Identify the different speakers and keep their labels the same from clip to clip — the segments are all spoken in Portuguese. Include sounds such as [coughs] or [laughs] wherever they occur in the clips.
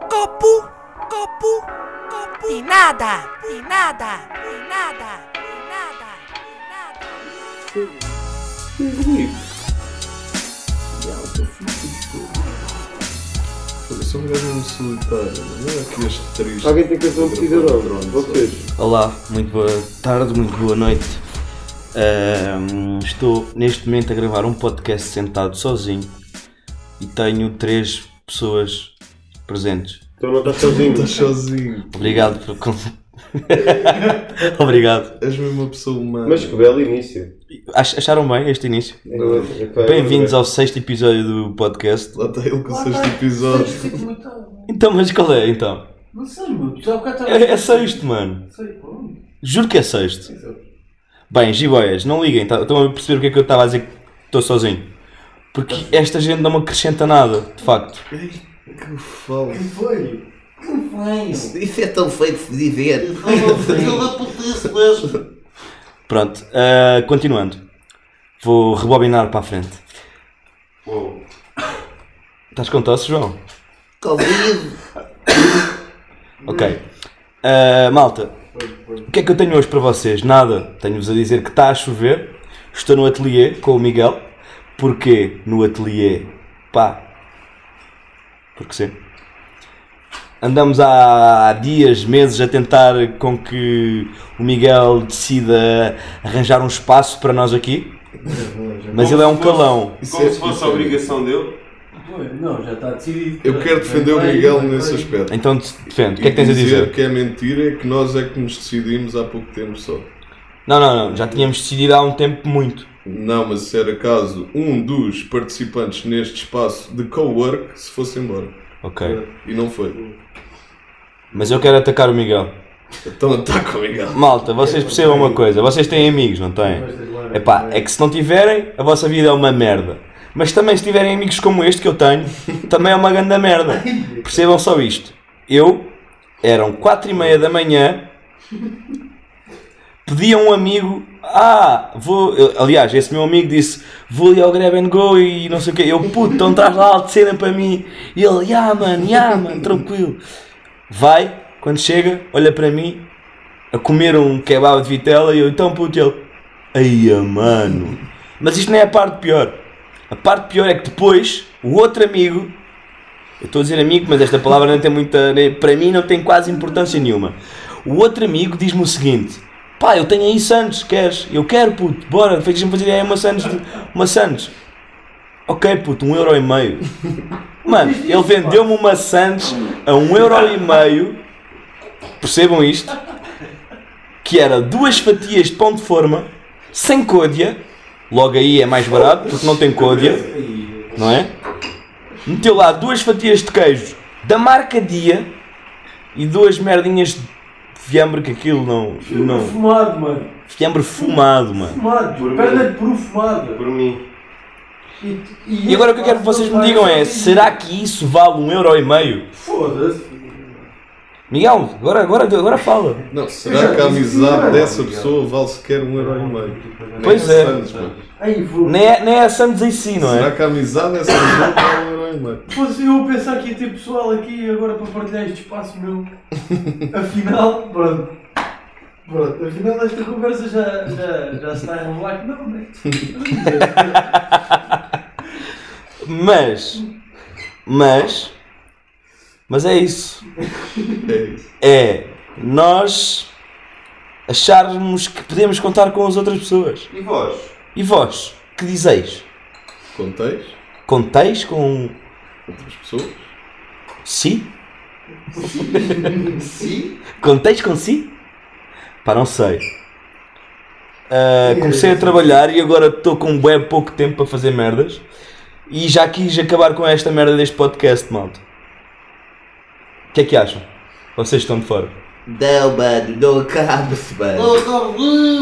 Speaker 1: Copo, copo, copo. Tem nada, tem nada, tem nada, tem nada, tem nada.
Speaker 2: Pergunto. E alta fica Olha, só me dás um solitário, não é que este triste.
Speaker 3: Alguém tem que fazer um
Speaker 2: microfone
Speaker 3: pesquisador,
Speaker 2: drone,
Speaker 3: vocês.
Speaker 2: sabe?
Speaker 4: Olá, muito boa tarde, muito boa noite. Ahm, estou neste momento a gravar um podcast sentado sozinho e tenho três pessoas presentes.
Speaker 3: Então não estás sozinho.
Speaker 2: Estás Tá sozinho.
Speaker 4: Obrigado por. con- [laughs] Obrigado.
Speaker 2: És mesmo uma pessoa humana.
Speaker 3: Mas que belo início.
Speaker 4: Ach- Acharam bem este início?
Speaker 3: Eu- epá,
Speaker 4: Bem-vindos
Speaker 3: eu-
Speaker 4: ao sexto episódio do podcast.
Speaker 2: Lá está ele com o sexto episódio.
Speaker 5: Tipo, muito tarde.
Speaker 4: Então, mas qual é então?
Speaker 5: Não sei, mano. Já o cara estava.
Speaker 4: É, é sexto, mano.
Speaker 5: Sei, pronto.
Speaker 4: Juro que é sexto. Bem, jiboias, não liguem, tá- estão a perceber o que é que eu estava a dizer que estou sozinho. Porque esta gente não me acrescenta nada, de facto.
Speaker 2: Que falso.
Speaker 5: Que foi? Que foi?
Speaker 6: Isso é tão feio de é se dizer.
Speaker 5: Aquela potência mesmo.
Speaker 4: Pronto, ah, continuando. Vou rebobinar para a frente. Estás com tosse, João?
Speaker 6: Covid.
Speaker 4: Ok.
Speaker 2: Hum.
Speaker 4: Ah, malta, o que é que eu tenho hoje para vocês? Nada. Tenho-vos a dizer que está a chover. Estou no ateliê com o Miguel. Porquê no ateliê? Pá. Porque sim. Andamos há dias, meses a tentar com que o Miguel decida arranjar um espaço para nós aqui. Mas ele é um calão.
Speaker 2: Isso
Speaker 7: Como
Speaker 2: é
Speaker 7: se fosse a
Speaker 2: estúpido.
Speaker 7: obrigação dele.
Speaker 5: Não, já está decidido.
Speaker 2: Eu quero defender o Miguel nesse aspecto.
Speaker 4: Então defende. O que é que tens a
Speaker 2: E
Speaker 4: dizer?
Speaker 2: que é mentira é que nós é que nos decidimos há pouco tempo só.
Speaker 4: Não, não, não. Já tínhamos decidido há um tempo muito.
Speaker 2: Não, mas se era caso, um dos participantes neste espaço de co-work se fosse embora.
Speaker 4: Ok.
Speaker 2: E não foi.
Speaker 4: Mas eu quero atacar o Miguel.
Speaker 2: Então ataca o Miguel.
Speaker 4: Malta, vocês percebam uma coisa, vocês têm amigos, não têm? Epá, é que se não tiverem, a vossa vida é uma merda. Mas também se tiverem amigos como este que eu tenho, [laughs] também é uma grande merda. Percebam só isto. Eu, eram quatro e meia da manhã, pedi a um amigo, ah, vou... eu- aliás, esse meu amigo disse, vou ali ao Grab and Go e não sei o quê. Eu, puto, então traz lá algo de cena para mim. E ele, yeah mano, yeah mano, tranquilo. Vai, quando chega, olha para mim, a comer um kebab de vitela e eu então puto e ele. Aia mano! Mas isto não é a parte pior. A parte pior é que depois o outro amigo. Eu estou a dizer amigo, mas esta palavra não tem muita. nem- Para mim não tem quase importância nenhuma. O outro amigo diz-me o seguinte: pá, eu tenho aí Santos, queres? Eu quero puto, bora, fez-me fazer aí uma Santos. de- Uma Santos. Ok puto, um euro e meio. Mano, ele vendeu-me uma Santos a um euro e meio. Percebam isto? que era duas fatias de pão de forma, sem côdea, logo aí é mais barato porque não tem côdea, não é? Meteu lá duas fatias de queijo da marca Dia e duas merdinhas de fiambre que aquilo não. não
Speaker 5: Fumado, mano.
Speaker 4: fiambre fumado, mano.
Speaker 5: Fumado. é Perna de peru fumada.
Speaker 7: Por mim.
Speaker 4: E agora o que eu quero que vocês me digam é: será que isso vale um euro e meio?
Speaker 5: Foda-se.
Speaker 4: Miguel, agora, agora, agora fala.
Speaker 2: Não, será que a amizade dessa pessoa vale sequer um euro e meio? Nem
Speaker 4: Pois
Speaker 2: a
Speaker 4: é.
Speaker 2: Santos, mano.
Speaker 5: Aí, vou.
Speaker 4: Nem é, nem é a Santos em si, não
Speaker 2: Será
Speaker 4: é?
Speaker 2: que a amizade dessa pessoa vale um euro e meio?
Speaker 5: Fosse eu a pensar que ia ter pessoal aqui agora para partilhar este espaço meu. Afinal, pronto. Pronto, afinal esta conversa já, já, já se está a revelar que não, né?
Speaker 4: Mas. Mas. Mas é isso.
Speaker 2: É isso.
Speaker 4: é nós acharmos que podemos contar com as outras pessoas.
Speaker 7: E vós?
Speaker 4: E vós, que dizeis?
Speaker 2: Conteis?
Speaker 4: Conteis com um
Speaker 2: Outras pessoas?
Speaker 4: si? Conteis com si? Pá, não sei. Ah, comecei a trabalhar e agora estou com bem pouco tempo para fazer merdas. E já quis acabar com esta merda deste podcast, malta. O que é que acham? Vocês estão de fora.
Speaker 6: Não, mano, não acaba-se, mano.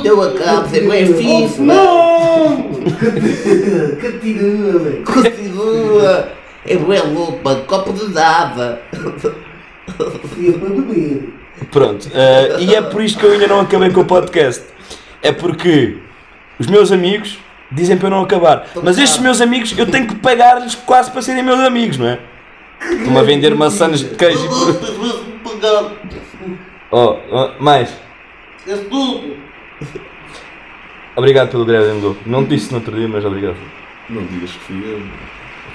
Speaker 6: Não acaba-se, é bem fixe, mano.
Speaker 5: Não! Continua, velho.
Speaker 6: Continua. É bem louco, mano. Copo de nada.
Speaker 5: Fia para beber.
Speaker 4: Pronto, eh, e é por isto que eu ainda não acabei com o podcast. É porque os meus amigos dizem para eu não acabar. Mas estes meus amigos, eu tenho que pagar-lhes quase para serem meus amigos, não é? Estão-me a vender maçãs de queijo e por... Oh, oh, mais. Obrigado pelo Grab Go. Não te disse no outro dia, mas obrigado.
Speaker 2: Não digas que fui eu. mano.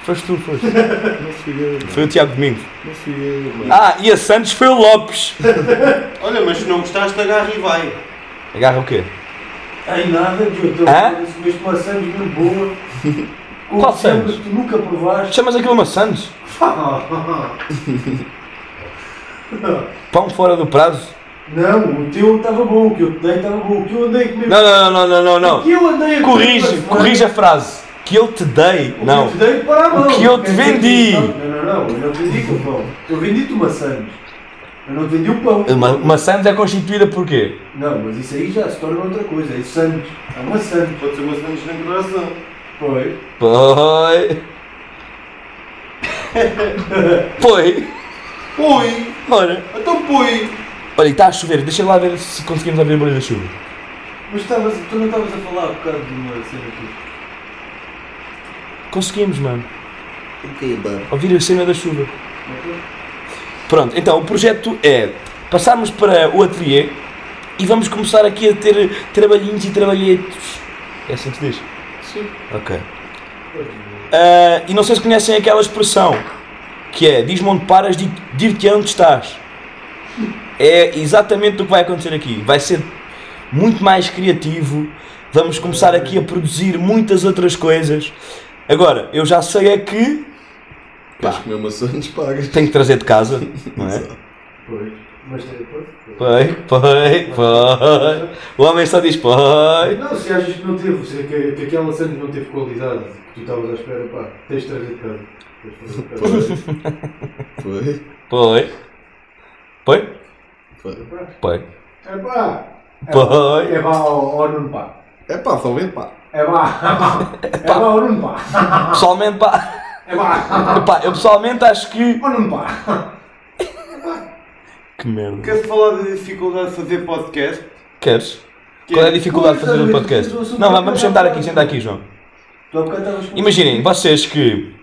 Speaker 4: Foste tu, foste.
Speaker 2: Não fui eu. mano.
Speaker 4: Foi o Tiago Domingos.
Speaker 2: Não fui eu. mano.
Speaker 4: Ah, e a Santos foi o Lopes.
Speaker 7: Olha, mas se não gostaste, agarra e vai.
Speaker 4: Agarra o quê?
Speaker 5: Ai nada, Diogo, tu
Speaker 4: Hã?
Speaker 5: recebeste maçãs
Speaker 4: [laughs]
Speaker 5: muito boa. Com
Speaker 4: Qual
Speaker 5: sempre
Speaker 4: Santos?
Speaker 5: que tu nunca provaste.
Speaker 4: Chamas aquilo maçãs? Pão fora do prazo?
Speaker 5: [laughs] Não, o teu estava bom, o que eu te dei estava bom, o que eu andei a comer.
Speaker 4: Não, não, não, não, não, não.
Speaker 5: O que eu andei a comer.
Speaker 4: Corrige,
Speaker 5: mas,
Speaker 4: corrige a frase. Que eu te dei.
Speaker 5: O
Speaker 4: Não.
Speaker 5: que eu te dei para a mão.
Speaker 4: O que eu te
Speaker 5: Quer dizer
Speaker 4: vendi.
Speaker 5: que- Não, não, não, eu não te vendi com o pão. Eu vendi-te o maçãs. Eu não te vendi o pão.
Speaker 4: Ma- Maçãs é constituída por quê?
Speaker 5: Não, mas isso aí já se torna outra coisa. É Santos. É uma Santos.
Speaker 7: Pode ser uma Santos na coração.
Speaker 5: Pois.
Speaker 4: Põe. Põe.
Speaker 7: Põe!
Speaker 4: Ora.
Speaker 7: Então põe!
Speaker 4: Olha, e está a chover. Deixa lá ver se conseguimos ouvir o barulho da chuva.
Speaker 5: Mas estavas, tu não estavas a falar por causa de uma cena aqui.
Speaker 4: Conseguimos, mano.
Speaker 6: Ok, mano.
Speaker 4: Ouvir a cena da chuva. Pronto, então o projeto é passarmos para o ateliê e vamos começar aqui a ter trabalhinhos e trabalhetos. É assim que se diz?
Speaker 2: Sim.
Speaker 4: Ok. Ah, e não sei se conhecem aquela expressão que é diz-me onde paras, di- dir-te onde estás. É exatamente o que vai acontecer aqui. Vai ser muito mais criativo. Vamos começar aqui a produzir muitas outras coisas. Agora, eu já sei é que
Speaker 2: Queres comer maçãs? Pagas.
Speaker 4: tenho que trazer de casa, não é?
Speaker 5: Pois. Mas depois.
Speaker 4: Pai, pai, pai. O homem só diz pai.
Speaker 5: Não, se achas que não teve, se, que, que aquela Santos não teve qualidade que tu estavas à espera, pá, tens de trazer de casa. Tens de trazer de casa.
Speaker 2: Foi.
Speaker 4: Pai. Pai.
Speaker 2: Foi.
Speaker 4: Pai.
Speaker 5: É pá!
Speaker 4: Pai.
Speaker 5: É pá ou ou não pá?
Speaker 2: É pá, só vem pá.
Speaker 5: É pá! É pá ou não pá?
Speaker 4: Pessoalmente, pá.
Speaker 5: É pá!
Speaker 4: Epá, eu pessoalmente acho que.
Speaker 5: Ou não pá?
Speaker 4: Que merda.
Speaker 7: Quer-se falar da dificuldade de fazer podcast?
Speaker 4: Queres? Qual é a dificuldade de
Speaker 5: Pois,
Speaker 4: fazer um
Speaker 5: olha,
Speaker 4: podcast?
Speaker 5: eu sou
Speaker 4: Não,
Speaker 5: super-
Speaker 4: vamos sentar aqui, sentar aqui, João.
Speaker 5: Tu há bocado estavas com-
Speaker 4: Imaginem, vocês que.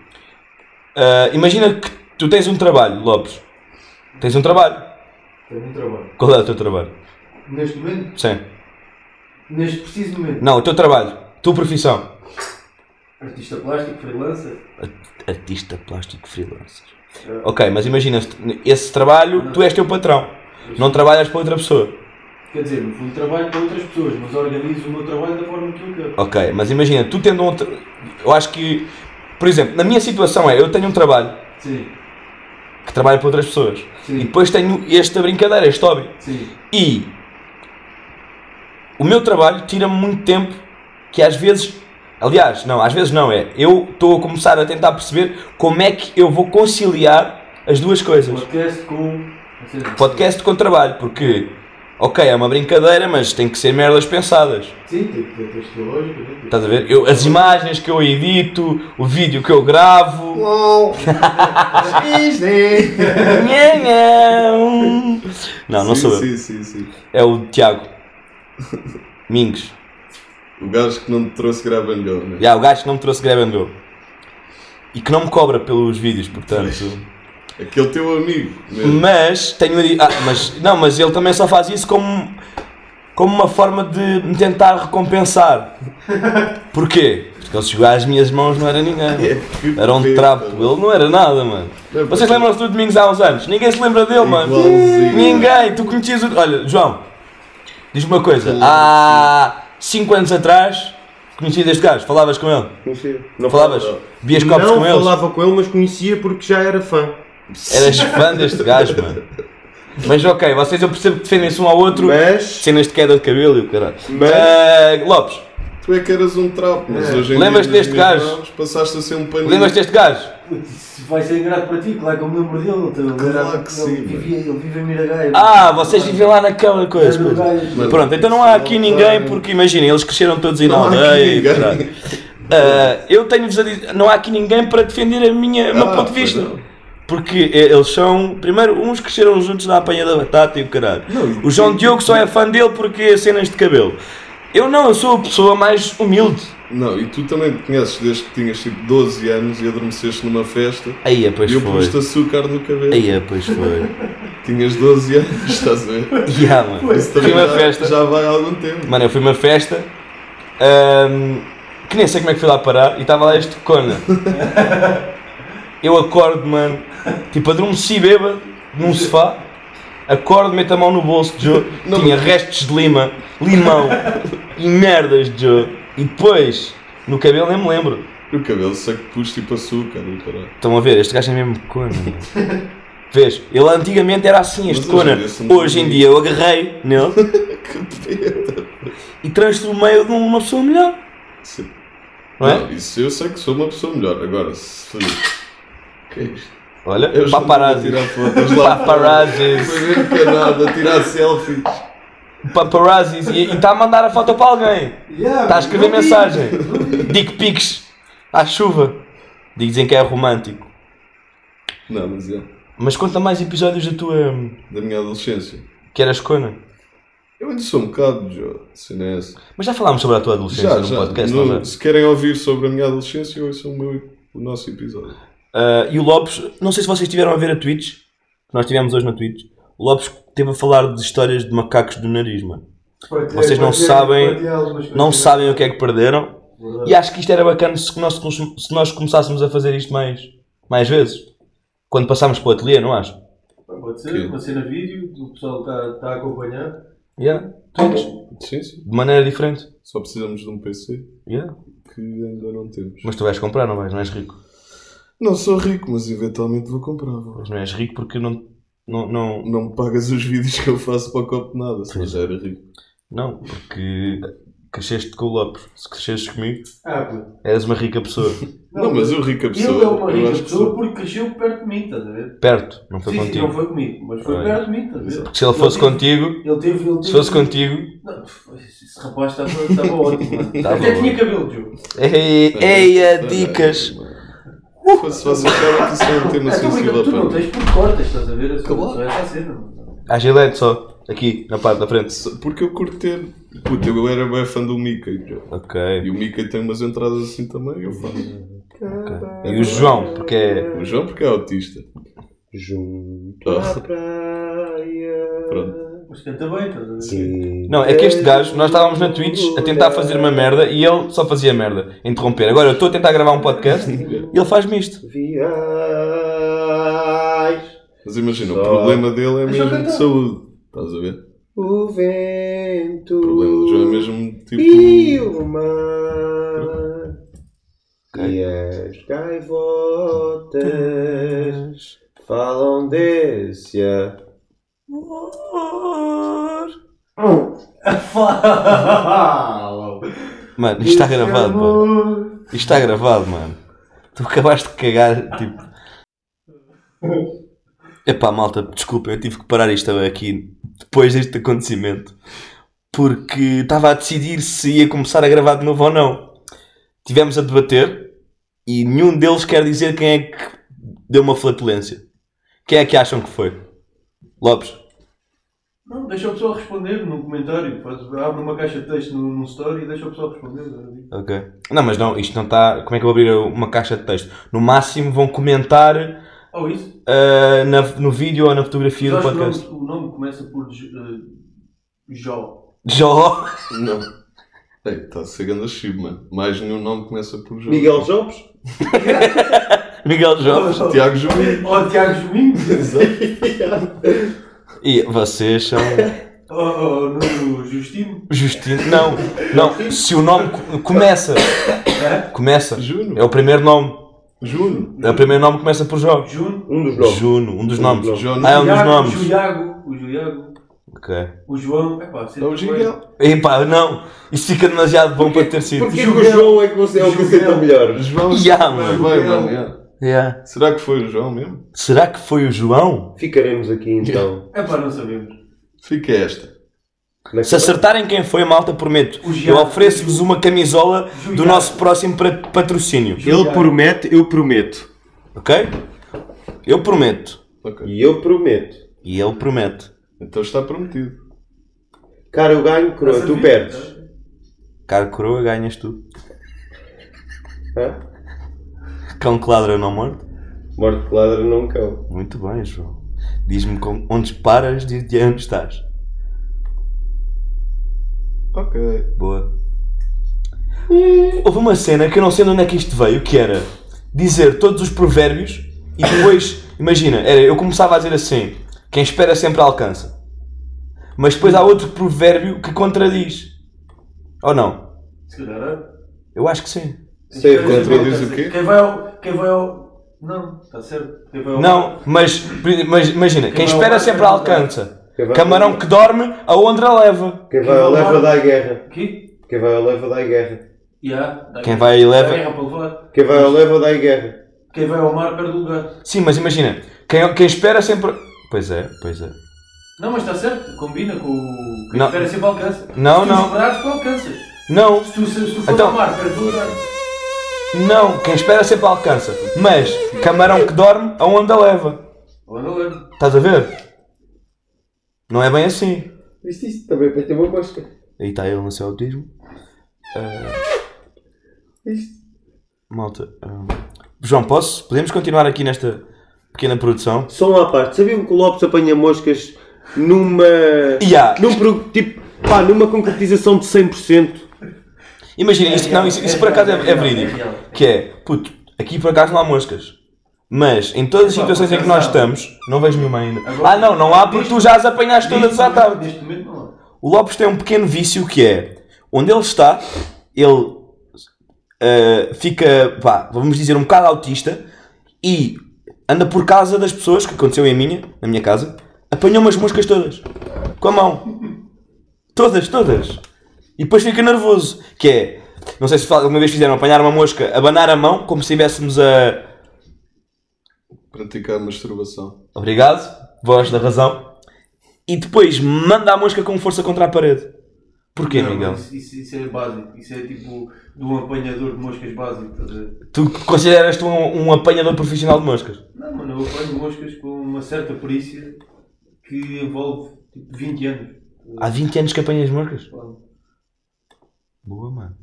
Speaker 4: ah, imagina que tu tens um trabalho, Lopes. Tens um trabalho.
Speaker 5: Tenho um trabalho.
Speaker 4: Qual é o teu trabalho?
Speaker 5: Neste momento,
Speaker 4: Sim.
Speaker 5: neste preciso momento,
Speaker 4: Não, o teu trabalho. Tua profissão.
Speaker 5: artista plástico, freelancer,
Speaker 4: Artista plástico freelancer. Ok, mas imagina, esse trabalho, tu és teu patrão. Não trabalhas para outra pessoa.
Speaker 5: quer dizer, no fundo trabalho para outras pessoas, mas organizo o meu trabalho da forma que eu quero.
Speaker 4: Ok, mas imagina, tu tendo um. tra- Eu acho que. Por exemplo, na minha situação é: eu tenho um trabalho
Speaker 5: Sim,
Speaker 4: que trabalho para outras pessoas.
Speaker 5: Sim.
Speaker 4: E depois tenho esta brincadeira, este hobby.
Speaker 5: sim.
Speaker 4: E. O meu trabalho tira-me muito tempo que às vezes. Aliás, não, às vezes não é. Eu estou a começar a tentar perceber como é que eu vou conciliar as duas coisas.
Speaker 5: Podcast com. não sei.
Speaker 4: podcast com trabalho, porque, ok, é uma brincadeira, mas tem que ser merdas pensadas.
Speaker 5: Sim, tem que ter texto lógico, né? Tem-
Speaker 4: Estás a ver? Eu, as imagens que eu edito, o vídeo que eu gravo. [laughs]
Speaker 2: Uau! Disney!
Speaker 4: Nhanhão. não, não
Speaker 2: Sim,
Speaker 4: sou eu.
Speaker 2: Sim, sim, sim.
Speaker 4: É o Tiago Mingos.
Speaker 2: O gajo que não te trouxe gravando gol, né?
Speaker 4: Já, o gajo que não me trouxe Grab and Go. E que não me cobra pelos vídeos, portanto.
Speaker 2: Aquele teu amigo mesmo.
Speaker 4: Mas tenho a di- ah, mas não, mas ele também só faz isso como como uma forma de me tentar recompensar. Porquê? Porque ele chegou às minhas mãos não era ninguém.
Speaker 2: Que
Speaker 4: Era um
Speaker 2: pena.
Speaker 4: trapo, ele não era nada, mano.
Speaker 2: tá Não,
Speaker 4: Vocês
Speaker 2: porque-
Speaker 4: lembram-se do Domingos há uns anos? Ninguém se lembra dele, mano.
Speaker 2: Igualzinho.
Speaker 4: Ninguém, tu conhecias o. Olha, João, diz-me uma coisa. Há 5 anos atrás conhecias este gajo, falavas com ele?
Speaker 7: Conhecia. Não
Speaker 4: Falavas?
Speaker 7: falava.
Speaker 4: Vias copos
Speaker 7: não
Speaker 4: com ele?
Speaker 7: falava com ele, mas conhecia porque já era fã.
Speaker 4: Eras fã deste gajo, mano. Mas ok, vocês eu percebo que defendem-se um ao outro.
Speaker 7: Mas.
Speaker 4: Cenas de queda de cabelo e o caralho.
Speaker 7: Mas-
Speaker 4: Ah, Lopes,
Speaker 2: Tu é que eras um trapo, mas hoje em
Speaker 4: Lembras-te
Speaker 2: dia. nas
Speaker 4: deste
Speaker 2: minhas
Speaker 4: gajo?
Speaker 2: mãos, Passaste a ser um paninho.
Speaker 4: lembras é deste gajo?
Speaker 5: Putz, isso vai ser ingrato para ti, claro que eu me lembro dele. então, Ele,
Speaker 2: Claro
Speaker 5: era-
Speaker 2: que
Speaker 5: ele
Speaker 2: sim,
Speaker 5: vivia, ele vive em Miragaia.
Speaker 4: Ah, vocês vivem lá naquela coisa.
Speaker 5: Era o
Speaker 4: pois.
Speaker 5: gajo.
Speaker 2: Mas- Ah,
Speaker 4: Pronto, então não há aqui ninguém porque imaginem, eles cresceram todos aí na
Speaker 2: Não há aqui
Speaker 4: aldeia. e
Speaker 2: ninguém.
Speaker 4: caralho. Ah, eu tenho-vos a dizer, não há aqui ninguém para defender a minha, o meu
Speaker 2: Ah,
Speaker 4: ponto de
Speaker 2: pois
Speaker 4: vista.
Speaker 2: não.
Speaker 4: Porque eh, eles são, primeiro, uns cresceram juntos na apanha da batata e o caralho.
Speaker 2: Não, e-
Speaker 4: o João Diogo só é fã dele porque é cenas de cabelo. Eu não, eu sou a pessoa mais humilde.
Speaker 2: Não, e tu também me conheces desde que tinhas tipo 12 anos e adormeceste numa festa
Speaker 4: Aí, pois
Speaker 2: e eu pus-te
Speaker 4: foi.
Speaker 2: açúcar no cabelo.
Speaker 4: Aí,
Speaker 2: [laughs]
Speaker 4: pois foi.
Speaker 2: Tinhas 12 anos, [laughs] estás a ver?
Speaker 4: yeah, mano.
Speaker 2: Isso
Speaker 4: Fui
Speaker 2: também
Speaker 4: uma
Speaker 2: já,
Speaker 4: festa.
Speaker 2: já vai há algum tempo.
Speaker 4: Mano, eu fui a uma festa ahm, que nem sei como é que fui lá parar e estava lá este cona. Eu acordo, mano, tipo adormeci bêbado
Speaker 2: [laughs]
Speaker 4: num sofá, acordo, meto a mão no bolso de Joe, tinha restos de lima,
Speaker 2: [laughs]
Speaker 4: limão e merdas de Joe. E depois, no cabelo nem me lembro.
Speaker 2: O cabelo só que pus tipo açúcar e caralho.
Speaker 4: Estão a ver, este gajo é mesmo cona.
Speaker 2: [laughs]
Speaker 4: mano. Vês, ele antigamente era assim, este
Speaker 2: Mas hoje em
Speaker 4: cona.
Speaker 2: dia somos
Speaker 4: Hoje em dia eu agarrei
Speaker 2: [laughs]
Speaker 4: nele e transformei-o numa pessoa melhor.
Speaker 2: Sim.
Speaker 4: Não é?
Speaker 2: Não, isso eu sei que sou uma pessoa melhor. Agora, se. O que é isto?
Speaker 4: Olha,
Speaker 2: Eu já
Speaker 4: paparazzi.
Speaker 2: estou a tirar fotos lá.
Speaker 4: Paparazzi.
Speaker 2: Para ver canada, a tirar selfies.
Speaker 4: Paparazzi. E está a mandar a foto para alguém.
Speaker 5: Yeah,
Speaker 4: Está Tá a escrever
Speaker 5: não vi.
Speaker 4: mensagem. Dick pics. À chuva. Dizem que é romântico.
Speaker 2: Não, mas é.
Speaker 4: Mas conta mais episódios da tua. hum,
Speaker 2: Da minha adolescência.
Speaker 4: que eras cona.
Speaker 2: Eu ainda sou um bocado, Joe. Se não é essa.
Speaker 4: Mas já falámos sobre a tua adolescência
Speaker 2: Já,
Speaker 4: no
Speaker 2: já.
Speaker 4: um podcast,
Speaker 2: No-
Speaker 4: não é? já?
Speaker 2: se querem ouvir sobre a minha adolescência, ouçam o, meu, o nosso episódio.
Speaker 4: Ah, e o Lopes, não sei se vocês estiveram a ver a Twitch, que nós tivemos hoje na Twitch. O Lopes teve a falar de histórias de macacos do nariz, mano.
Speaker 5: Partilhei,
Speaker 4: Vocês não
Speaker 5: partilhei,
Speaker 4: sabem-
Speaker 5: partilhei algumas coisas.
Speaker 4: Não sabem o que é que perderam.
Speaker 5: Verdade.
Speaker 4: E acho que isto era bacana se nós, se nós começássemos a fazer isto mais, mais vezes. Quando passámos para o ateliê, não acho?
Speaker 5: Ah, Pode
Speaker 2: Que-
Speaker 5: ser, uma cena vídeo, o pessoal está tá a acompanhar.
Speaker 4: Yeah. Todos.
Speaker 2: Sim, sim.
Speaker 4: De maneira diferente.
Speaker 2: Só precisamos de um PC
Speaker 4: Yeah.
Speaker 2: que ainda não temos.
Speaker 4: Mas tu vais comprar, não vais? Não és rico.
Speaker 2: Não sou rico, mas eventualmente vou comprar. vó.
Speaker 4: Mas não és rico porque não. Não, não,
Speaker 2: Não me pagas os vídeos que eu faço para o copo de nada, se eu já era rico.
Speaker 4: não, porque cresceste com o Lopes. Se crescestes comigo,
Speaker 5: Ah, pô.
Speaker 4: eras uma rica pessoa.
Speaker 2: Não, mas eu rico a pessoa.
Speaker 5: Ele é uma
Speaker 2: eu
Speaker 5: rica
Speaker 2: acho que
Speaker 5: pessoa
Speaker 2: sou. Então
Speaker 5: porque cresceu perto de mim, estás a ver?
Speaker 4: Perto, não foi
Speaker 5: sim, sim,
Speaker 4: contigo.
Speaker 5: não foi comigo, mas foi
Speaker 4: Ah, é.
Speaker 5: perto de mim, estás a ver?
Speaker 4: Porque se ele fosse
Speaker 5: teve-
Speaker 4: contigo,
Speaker 5: Ele teve. Ele teve
Speaker 4: se fosse contigo.
Speaker 5: Não, esse rapaz estava,
Speaker 2: [laughs]
Speaker 5: estava ótimo, mano.
Speaker 4: Estava
Speaker 5: Até
Speaker 4: ótimo.
Speaker 5: tinha cabelo, Ju.
Speaker 4: Ei, ei, a dicas!
Speaker 2: Mano. Se vocês achava que isso era um tema
Speaker 5: É, tu,
Speaker 2: sensível
Speaker 5: brinca- tu
Speaker 2: para
Speaker 5: não
Speaker 2: mim.
Speaker 5: tens por cortas, estás a ver?
Speaker 6: Acabou.
Speaker 5: Só essa cena, mano.
Speaker 4: À gilete só, aqui, na parte da frente.
Speaker 2: Só- Porque eu curto ter. Puta, eu era bem fã do Mickey. pô.
Speaker 4: Ok.
Speaker 2: E o Mickey tem umas entradas assim também, eu faço.
Speaker 4: E o João, porque é.
Speaker 2: O João, porque é autista.
Speaker 3: Junto
Speaker 2: Ah,
Speaker 6: praia.
Speaker 2: Pronto.
Speaker 5: Mas canta bem, estás a ver?
Speaker 3: de...
Speaker 4: Não, é que este gajo, nós estávamos na Twitch a tentar fazer uma merda e ele só fazia merda, interromper. Agora eu estou a tentar gravar um podcast
Speaker 2: tá
Speaker 4: e ele faz-me isto.
Speaker 6: Viais
Speaker 2: Mas imagina, o
Speaker 6: Só-
Speaker 2: problema dele é
Speaker 5: Deixa
Speaker 2: mesmo
Speaker 5: eu
Speaker 2: de
Speaker 5: cantar.
Speaker 2: saúde. Estás a ver?
Speaker 6: o vento.
Speaker 2: O problema do João é mesmo
Speaker 6: E
Speaker 2: tipo.
Speaker 6: o mar.
Speaker 3: E as
Speaker 6: Gaivotas falam desse.
Speaker 5: Fala!
Speaker 4: Mano, isto está gravado, mano. Isto está gravado, mano. Tu acabaste de cagar, tipo. Epá, malta, desculpa, eu tive que parar isto aqui depois deste acontecimento porque estava a decidir se ia começar a gravar de novo ou não. Tivemos a debater e nenhum deles quer dizer quem é que deu uma flatulência. Quem é que acham que foi? Lopes.
Speaker 5: [laughs] Não, deixa o pessoal responder num comentário. Faz, abre uma caixa de texto num, num story e deixa o pessoal responder. não é?
Speaker 4: Ok. Não, mas não, isto não está. Como é que eu vou abrir uma caixa de texto? No máximo vão comentar
Speaker 5: Ou isso.
Speaker 4: Uh, na- no vídeo ou na fotografia do
Speaker 5: Sabes que o
Speaker 4: um podcast.
Speaker 5: nome- o nome começa por J- eh, Jó.
Speaker 4: Jó.
Speaker 2: Não. Ei, está cegando a chib, mano. Mais nenhum nome começa por João.
Speaker 6: Miguel Jobs?
Speaker 4: [laughs] Miguel Jó.
Speaker 2: Tiago Júnior.
Speaker 5: Ou Tiago Domingos.
Speaker 4: E vocês são.
Speaker 5: Ou Nuno Justino.
Speaker 4: Justino. Não, não. Se o nome co- começa. Começa.
Speaker 2: Juno.
Speaker 4: É o primeiro nome.
Speaker 2: Juno.
Speaker 4: É o primeiro nome que começa por Jó.
Speaker 5: Juno.
Speaker 6: Um dos nomes.
Speaker 4: Juno, um dos nomes.
Speaker 2: João.
Speaker 4: Ah, é um dos
Speaker 5: Iago,
Speaker 4: nomes.
Speaker 5: O Iago. O Iago.
Speaker 4: Ok.
Speaker 5: O João. É pá,
Speaker 2: É o Miguel.
Speaker 4: Epá, não. Isso fica demasiado bom para ter sido.
Speaker 6: Porque o João é que você é o que você está melhor.
Speaker 2: João.
Speaker 4: Yeah,
Speaker 2: Vai,
Speaker 4: mano.
Speaker 2: vai, mano. yeah.
Speaker 4: Yeah.
Speaker 2: Será que foi o João mesmo?
Speaker 4: Será que foi o João?
Speaker 6: Ficaremos aqui
Speaker 2: [laughs]
Speaker 6: então.
Speaker 5: É pá, não sabemos.
Speaker 2: Fica esta.
Speaker 4: Se acertarem quem foi, malta, prometo.
Speaker 5: O Jó.
Speaker 4: Eu ofereço-vos uma camisola do
Speaker 5: Jó.
Speaker 4: nosso próximo pra- patrocínio.
Speaker 7: Ele promete, eu prometo.
Speaker 4: Ok? Eu prometo.
Speaker 2: Ok.
Speaker 6: E eu prometo.
Speaker 4: E ele promete.
Speaker 2: Então está prometido.
Speaker 6: Cara, eu ganho,
Speaker 5: Não
Speaker 6: coroa, tu
Speaker 5: sabia.
Speaker 6: perdes.
Speaker 4: Caro coroa, ganhas tu. [laughs]
Speaker 3: Hã?
Speaker 4: Cão que ladra não morte.
Speaker 3: Morte de ladra não cão.
Speaker 4: Muito bem, João. Diz-me com- onde paras e de onde estás.
Speaker 2: Ok.
Speaker 4: Boa. Hum. Houve uma cena que eu não sei de onde é que isto veio, que era dizer todos os provérbios e [coughs] depois, imagina, era eu começava a dizer assim: quem espera sempre alcança. Mas depois há outro provérbio que contradiz. Ou não?
Speaker 5: Se calhar é.
Speaker 4: Eu acho que sim.
Speaker 3: Sei,
Speaker 5: Quem
Speaker 2: contradiz
Speaker 5: vai-
Speaker 2: o quê?
Speaker 5: Quem vai ao. Quem vai ao. Não, está certo. Quem vai ao.
Speaker 4: Não, mas, mas imagina, quem espera sempre alcança. Camarão que dorme, a ondra leva.
Speaker 3: Quem vai ao leva dá a guerra.
Speaker 5: Aqui?
Speaker 3: Quem vai ao leva dá a guerra.
Speaker 5: Yeah, dá
Speaker 4: Quem
Speaker 5: aqui.
Speaker 4: vai e
Speaker 5: Dá
Speaker 4: leva-
Speaker 5: guerra é para levar.
Speaker 3: Quem vai ao leva dá a guerra.
Speaker 5: Quem vai ao mar perde o lugar.
Speaker 4: Sim, mas imagina, quem, quem espera sempre. Pois é, pois é.
Speaker 5: Não, mas está certo. Combina com é o. Quem
Speaker 4: Não.
Speaker 5: espera sempre alcança.
Speaker 4: Não,
Speaker 5: se tu
Speaker 4: não.
Speaker 5: esperares, tu alcanças.
Speaker 4: Não,
Speaker 5: Se tu, se tu for
Speaker 4: Então-
Speaker 5: ao mar, perdes o lugar.
Speaker 4: não, quem espera sempre alcança. Mas, camarão que dorme, a onda leva.
Speaker 5: Ou não é leva.
Speaker 4: Estás a ver? Não é bem assim.
Speaker 3: Viste isto também para ter uma mosca.
Speaker 4: Aí está ele no seu autismo. Ah,
Speaker 3: Isto.
Speaker 4: Malta. ah, João, posso? Podemos continuar aqui nesta pequena produção?
Speaker 3: Só uma parte. Sabiam que o Lopes apanha moscas numa.
Speaker 4: Ya.
Speaker 3: Num pro- tipo. Pá, numa concretização de 100%.
Speaker 4: Imagina, isto, não, isso, isso por acaso é, é verídico. Que é, puto, aqui por acaso não há moscas. Mas em todas as situações em que nós estamos, não vejo nenhuma ainda. Ah não, não há porque tu já as apanhaste todas à tarde.
Speaker 5: Neste momento não é. há.
Speaker 4: O Lopes tem um pequeno vício que é onde ele está, ele ah, fica, pá, vamos dizer, um bocado autista e anda por casa das pessoas, que aconteceu em minha, na minha casa, apanhou umas moscas todas, com a mão. Todas, todas. E depois fica nervoso, que é, não sei se fa- alguma vez fizeram apanhar uma mosca, abanar a mão, como se estivéssemos a.
Speaker 2: Praticar masturbação.
Speaker 4: Obrigado, voz da razão. E depois manda a mosca com força contra a parede. Porquê,
Speaker 5: Não,
Speaker 4: Miguel?
Speaker 5: Isso, isso- isso é básico. Isso é tipo de um apanhador de moscas básico. estás a ver?
Speaker 4: Tu consideras-te um, um apanhador profissional de moscas?
Speaker 5: Não, mano, eu apanho moscas com uma certa perícia que envolve tipo 20 anos.
Speaker 4: Há 20 anos que apanhas moscas?
Speaker 5: Claro.
Speaker 4: Boa, mano.